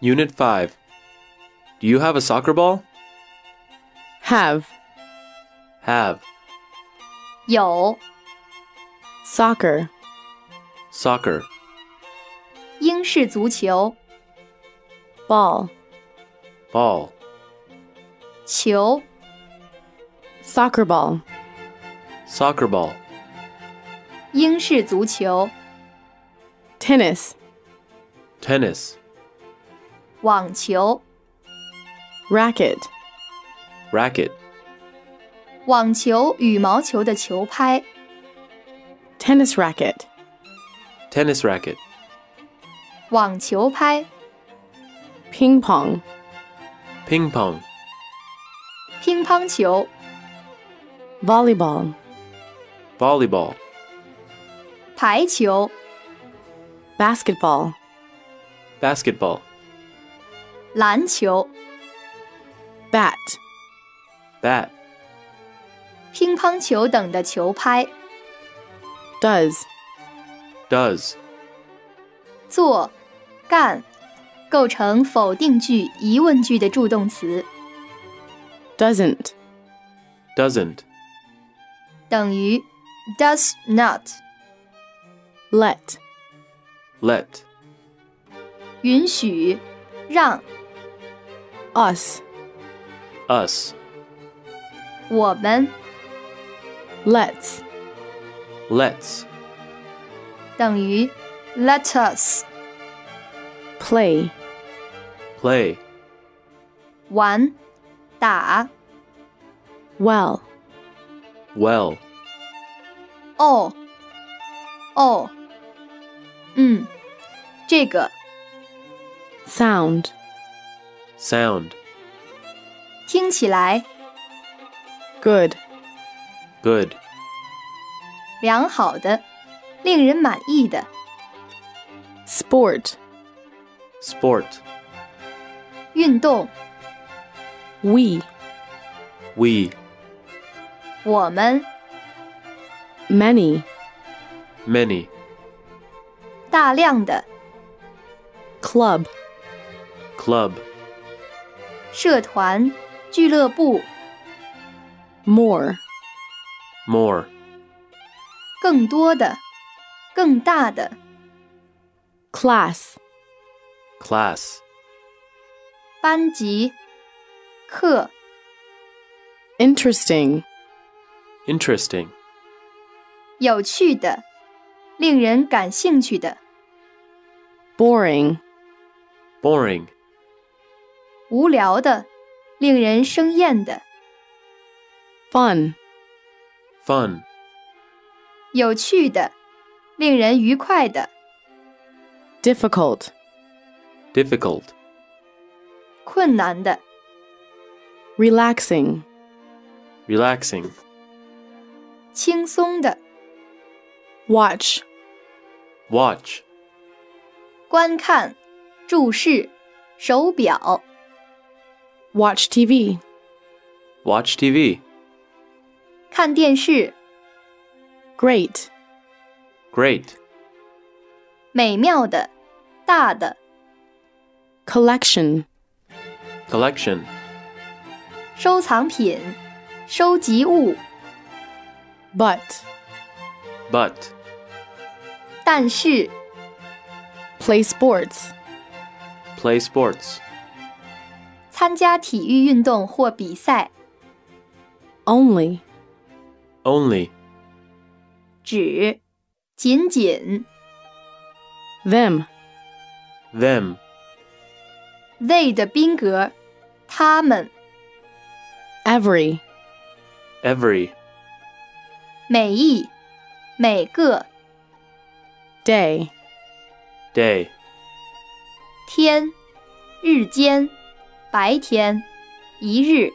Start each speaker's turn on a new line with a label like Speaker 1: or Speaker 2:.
Speaker 1: Unit 5. Do you have a soccer ball?
Speaker 2: Have.
Speaker 1: Have.
Speaker 3: 有
Speaker 2: Soccer.
Speaker 1: Soccer.
Speaker 3: 英式足球、
Speaker 2: Ball.
Speaker 1: Ball.
Speaker 3: 球、
Speaker 2: Soccer ball.
Speaker 1: Soccer ball.
Speaker 3: 英式足球、
Speaker 2: Tennis.
Speaker 1: Tennis.
Speaker 3: 网球、
Speaker 2: Racket.
Speaker 1: Racket.
Speaker 3: 网球、羽毛球的球拍、
Speaker 2: Tennis racket.
Speaker 1: Tennis racket.
Speaker 3: 网球拍、
Speaker 2: Ping pong.
Speaker 1: Ping pong.
Speaker 3: 乒乓球、
Speaker 2: Volleyball.
Speaker 1: Volleyball.
Speaker 3: 排球、
Speaker 2: Basketball.
Speaker 1: Basketball.
Speaker 3: 篮球、
Speaker 2: Bat.
Speaker 1: Bat.
Speaker 3: 乒乓球等的球拍。
Speaker 2: Does.
Speaker 1: Does.
Speaker 3: 做、干，构成否定句、疑问句的助动词，
Speaker 2: Doesn't.
Speaker 1: Doesn't.
Speaker 3: 等于 does not。
Speaker 2: Let.
Speaker 1: Let.
Speaker 3: 允许、让
Speaker 2: Us.
Speaker 1: Us.
Speaker 3: 我们
Speaker 2: Let's.
Speaker 1: Let's.
Speaker 3: 等于 let us
Speaker 2: Play.
Speaker 1: Play.
Speaker 3: 玩、打
Speaker 2: Well.
Speaker 1: Well.
Speaker 3: 哦哦，嗯，这个
Speaker 2: Sound.
Speaker 1: Sound.
Speaker 3: 听起来
Speaker 2: Good.
Speaker 1: Good.
Speaker 3: 良好的、令人满意的
Speaker 2: Sport.
Speaker 1: Sport.
Speaker 3: 运动，
Speaker 2: We.
Speaker 1: We.
Speaker 3: 我们
Speaker 2: Many.
Speaker 1: Many.
Speaker 3: 大量的
Speaker 2: Club.
Speaker 1: Club.
Speaker 3: 社团、俱乐部。
Speaker 2: More.
Speaker 1: More.
Speaker 3: 更多的、更大的
Speaker 2: Class.
Speaker 1: Class.
Speaker 3: 班级、课、
Speaker 2: Interesting.
Speaker 1: Interesting.
Speaker 3: 有趣的、令人感兴趣的、
Speaker 2: Boring.
Speaker 1: Boring.
Speaker 3: 无聊的、令人生厌的、
Speaker 2: Fun.
Speaker 1: Fun.
Speaker 3: 有趣的、令人愉快的、
Speaker 2: Difficult.
Speaker 1: Difficult.
Speaker 3: 困难的、
Speaker 2: Relaxing.
Speaker 1: Relaxing.
Speaker 3: 轻松的、
Speaker 2: Watch.
Speaker 1: Watch.
Speaker 3: 观看、注视、手表、
Speaker 2: Watch TV.
Speaker 1: Watch TV.
Speaker 3: 看电视、
Speaker 2: Great.
Speaker 1: Great.
Speaker 3: 美妙的、大的、
Speaker 2: Collection.
Speaker 1: Collection.
Speaker 3: 收藏品、收集物、
Speaker 2: But.
Speaker 1: But.
Speaker 3: 但是、
Speaker 2: Play sports.
Speaker 1: Play sports.
Speaker 3: 参加体育运动或比赛、
Speaker 2: Only.
Speaker 1: Only.
Speaker 3: 只、仅仅。
Speaker 2: Them.
Speaker 1: Them.
Speaker 3: they 的宾格，他们
Speaker 2: Every.
Speaker 1: Every.
Speaker 3: 每一每个
Speaker 2: Day.
Speaker 1: Day.
Speaker 3: 天，日间，白天，一日。